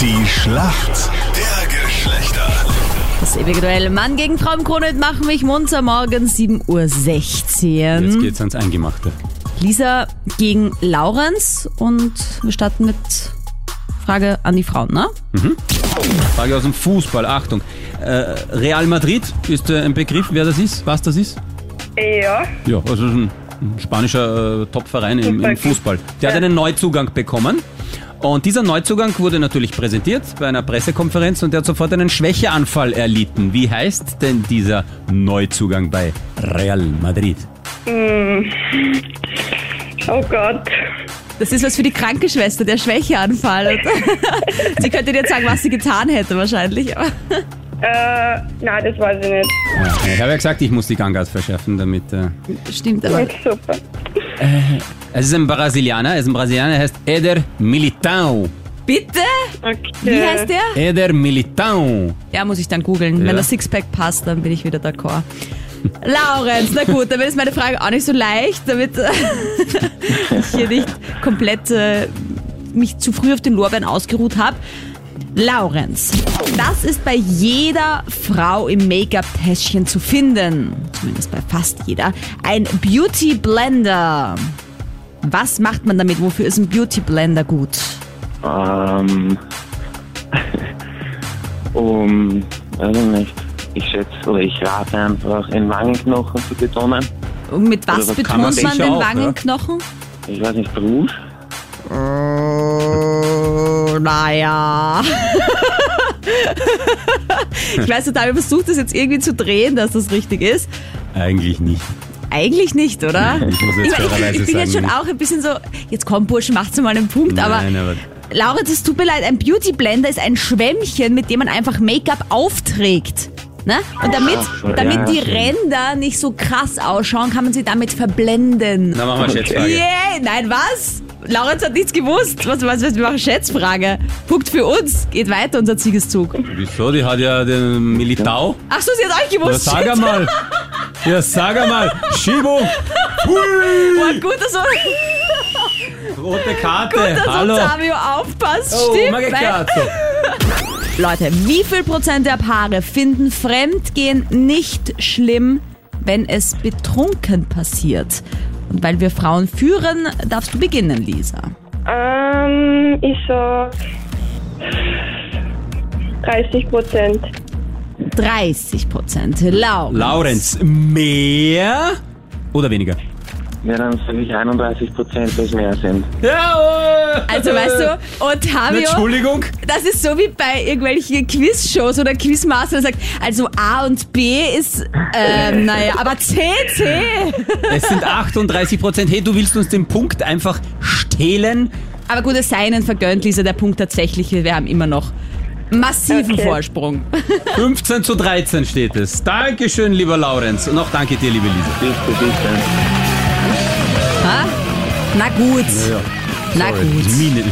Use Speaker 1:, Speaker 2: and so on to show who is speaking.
Speaker 1: Die Schlacht der Geschlechter.
Speaker 2: Das ewige Duell Mann gegen Frau im Kronet machen mich munter morgens 7.16 Uhr.
Speaker 3: Jetzt geht's ans Eingemachte.
Speaker 2: Lisa gegen Laurenz und wir starten mit Frage an die Frauen, ne?
Speaker 3: Frage aus dem Fußball, Achtung. Äh, Real Madrid, ist äh, ein Begriff, wer das ist, was das ist?
Speaker 4: Ja,
Speaker 3: Ja, also ein ein spanischer äh, Topverein im, im Fußball. Der hat einen Neuzugang bekommen. Und dieser Neuzugang wurde natürlich präsentiert bei einer Pressekonferenz und der hat sofort einen Schwächeanfall erlitten. Wie heißt denn dieser Neuzugang bei Real Madrid?
Speaker 4: oh Gott.
Speaker 2: Das ist was für die Krankenschwester, der Schwächeanfall. sie könnte dir jetzt sagen, was sie getan hätte wahrscheinlich. aber-
Speaker 4: Äh, nein, das weiß ich nicht.
Speaker 3: Ja, ich habe ja gesagt, ich muss die Gangart verschärfen, damit... Äh,
Speaker 2: Stimmt aber.
Speaker 4: Ist super.
Speaker 3: es ist ein Brasilianer, es ist ein Brasilianer, er heißt Eder Militão.
Speaker 2: Bitte?
Speaker 4: Okay.
Speaker 2: Wie heißt der?
Speaker 3: Eder Militão.
Speaker 2: Ja, muss ich dann googeln.
Speaker 3: Ja.
Speaker 2: Wenn das Sixpack passt, dann bin ich wieder d'accord. Laurenz, na gut, damit ist meine Frage auch nicht so leicht, damit äh, ich hier nicht komplett äh, mich zu früh auf den Lorbeeren ausgeruht habe. Laurenz, das ist bei jeder Frau im Make-up-Täschchen zu finden, zumindest bei fast jeder, ein Beauty Blender. Was macht man damit? Wofür ist ein Beauty Blender gut?
Speaker 5: Ähm, um, weiß ich nicht. Ich schätze, oder ich rate einfach, den Wangenknochen zu betonen.
Speaker 2: Und mit was
Speaker 5: Also das kann man
Speaker 2: betont man
Speaker 3: sicher
Speaker 2: den
Speaker 3: auch, ne?
Speaker 2: Wangenknochen?
Speaker 5: Ich weiß nicht, Rouge?
Speaker 2: Äh, naja. ich weiß total, wir versucht das jetzt irgendwie zu drehen, dass das richtig ist.
Speaker 3: Eigentlich nicht.
Speaker 2: Eigentlich nicht, oder?
Speaker 3: Ich muss
Speaker 2: ich, mein,
Speaker 3: jetzt
Speaker 2: ich,
Speaker 3: fairerweise
Speaker 2: ich bin jetzt
Speaker 3: sagen,
Speaker 2: schon auch ein bisschen so, jetzt komm Bursch, macht's mal einen Punkt,
Speaker 3: Nein, aber
Speaker 2: aber Laurenz, es tut mir leid, ein Beauty Blender ist ein Schwämmchen, mit dem man einfach Make-up aufträgt. Ne? Und damit,
Speaker 5: so, ja,
Speaker 2: damit die
Speaker 5: stimmt.
Speaker 2: Ränder nicht so krass ausschauen, kann man sie damit verblenden.
Speaker 3: dann machen wir Schätzfrage.
Speaker 2: Yeah, nein, was? Laurenz hat nichts gewusst. Was, was, was, wir machen Schätzfrage. Punkt für uns. Geht weiter, unser Siegeszug.
Speaker 3: Wieso? Die hat ja den Militau.
Speaker 2: Ach so, sie hat euch
Speaker 3: Ja,
Speaker 2: gewusst.
Speaker 3: sag einmal. Ja, sag einmal. Schiebung. Hui.
Speaker 2: Boah, gut, dass, gut,
Speaker 3: Rote Karte.
Speaker 2: dass
Speaker 3: Hallo.
Speaker 2: Octavio aufpasst.
Speaker 3: Oh,
Speaker 2: Stimmt.
Speaker 3: meine
Speaker 2: nein.
Speaker 3: Karte.
Speaker 2: Leute, wie viel Prozent der Paare finden Fremdgehen nicht schlimm, wenn es betrunken passiert? Und weil wir Frauen führen, darfst du beginnen, Lisa.
Speaker 4: Ähm, ich sag 30 Prozent.
Speaker 2: 30 Prozent. Laurenz.
Speaker 3: Laurenz, mehr oder weniger?
Speaker 5: Ja, dann sage ich 31 Prozent, dass mehr sind.
Speaker 3: Jawohl.
Speaker 2: Also weißt du, Otavio
Speaker 3: Entschuldigung.
Speaker 2: Das ist so wie bei irgendwelchen Quiz-Shows oder Quizmaster, der sagt, also A und B ist, ähm, naja, aber C, C.
Speaker 3: Es sind 38 Prozent. Hey, du willst uns den Punkt einfach stehlen?
Speaker 2: Aber gut, es sei Ihnen vergönnt, Lisa, der Punkt tatsächlich, wir haben immer noch massiven
Speaker 4: Okay.
Speaker 2: Vorsprung.
Speaker 3: 15 zu 13 steht es. Dankeschön, lieber Laurenz. Und auch danke dir, liebe Lisa.
Speaker 5: Bitte, bitte.
Speaker 2: Na gut, na gut.
Speaker 3: Mine-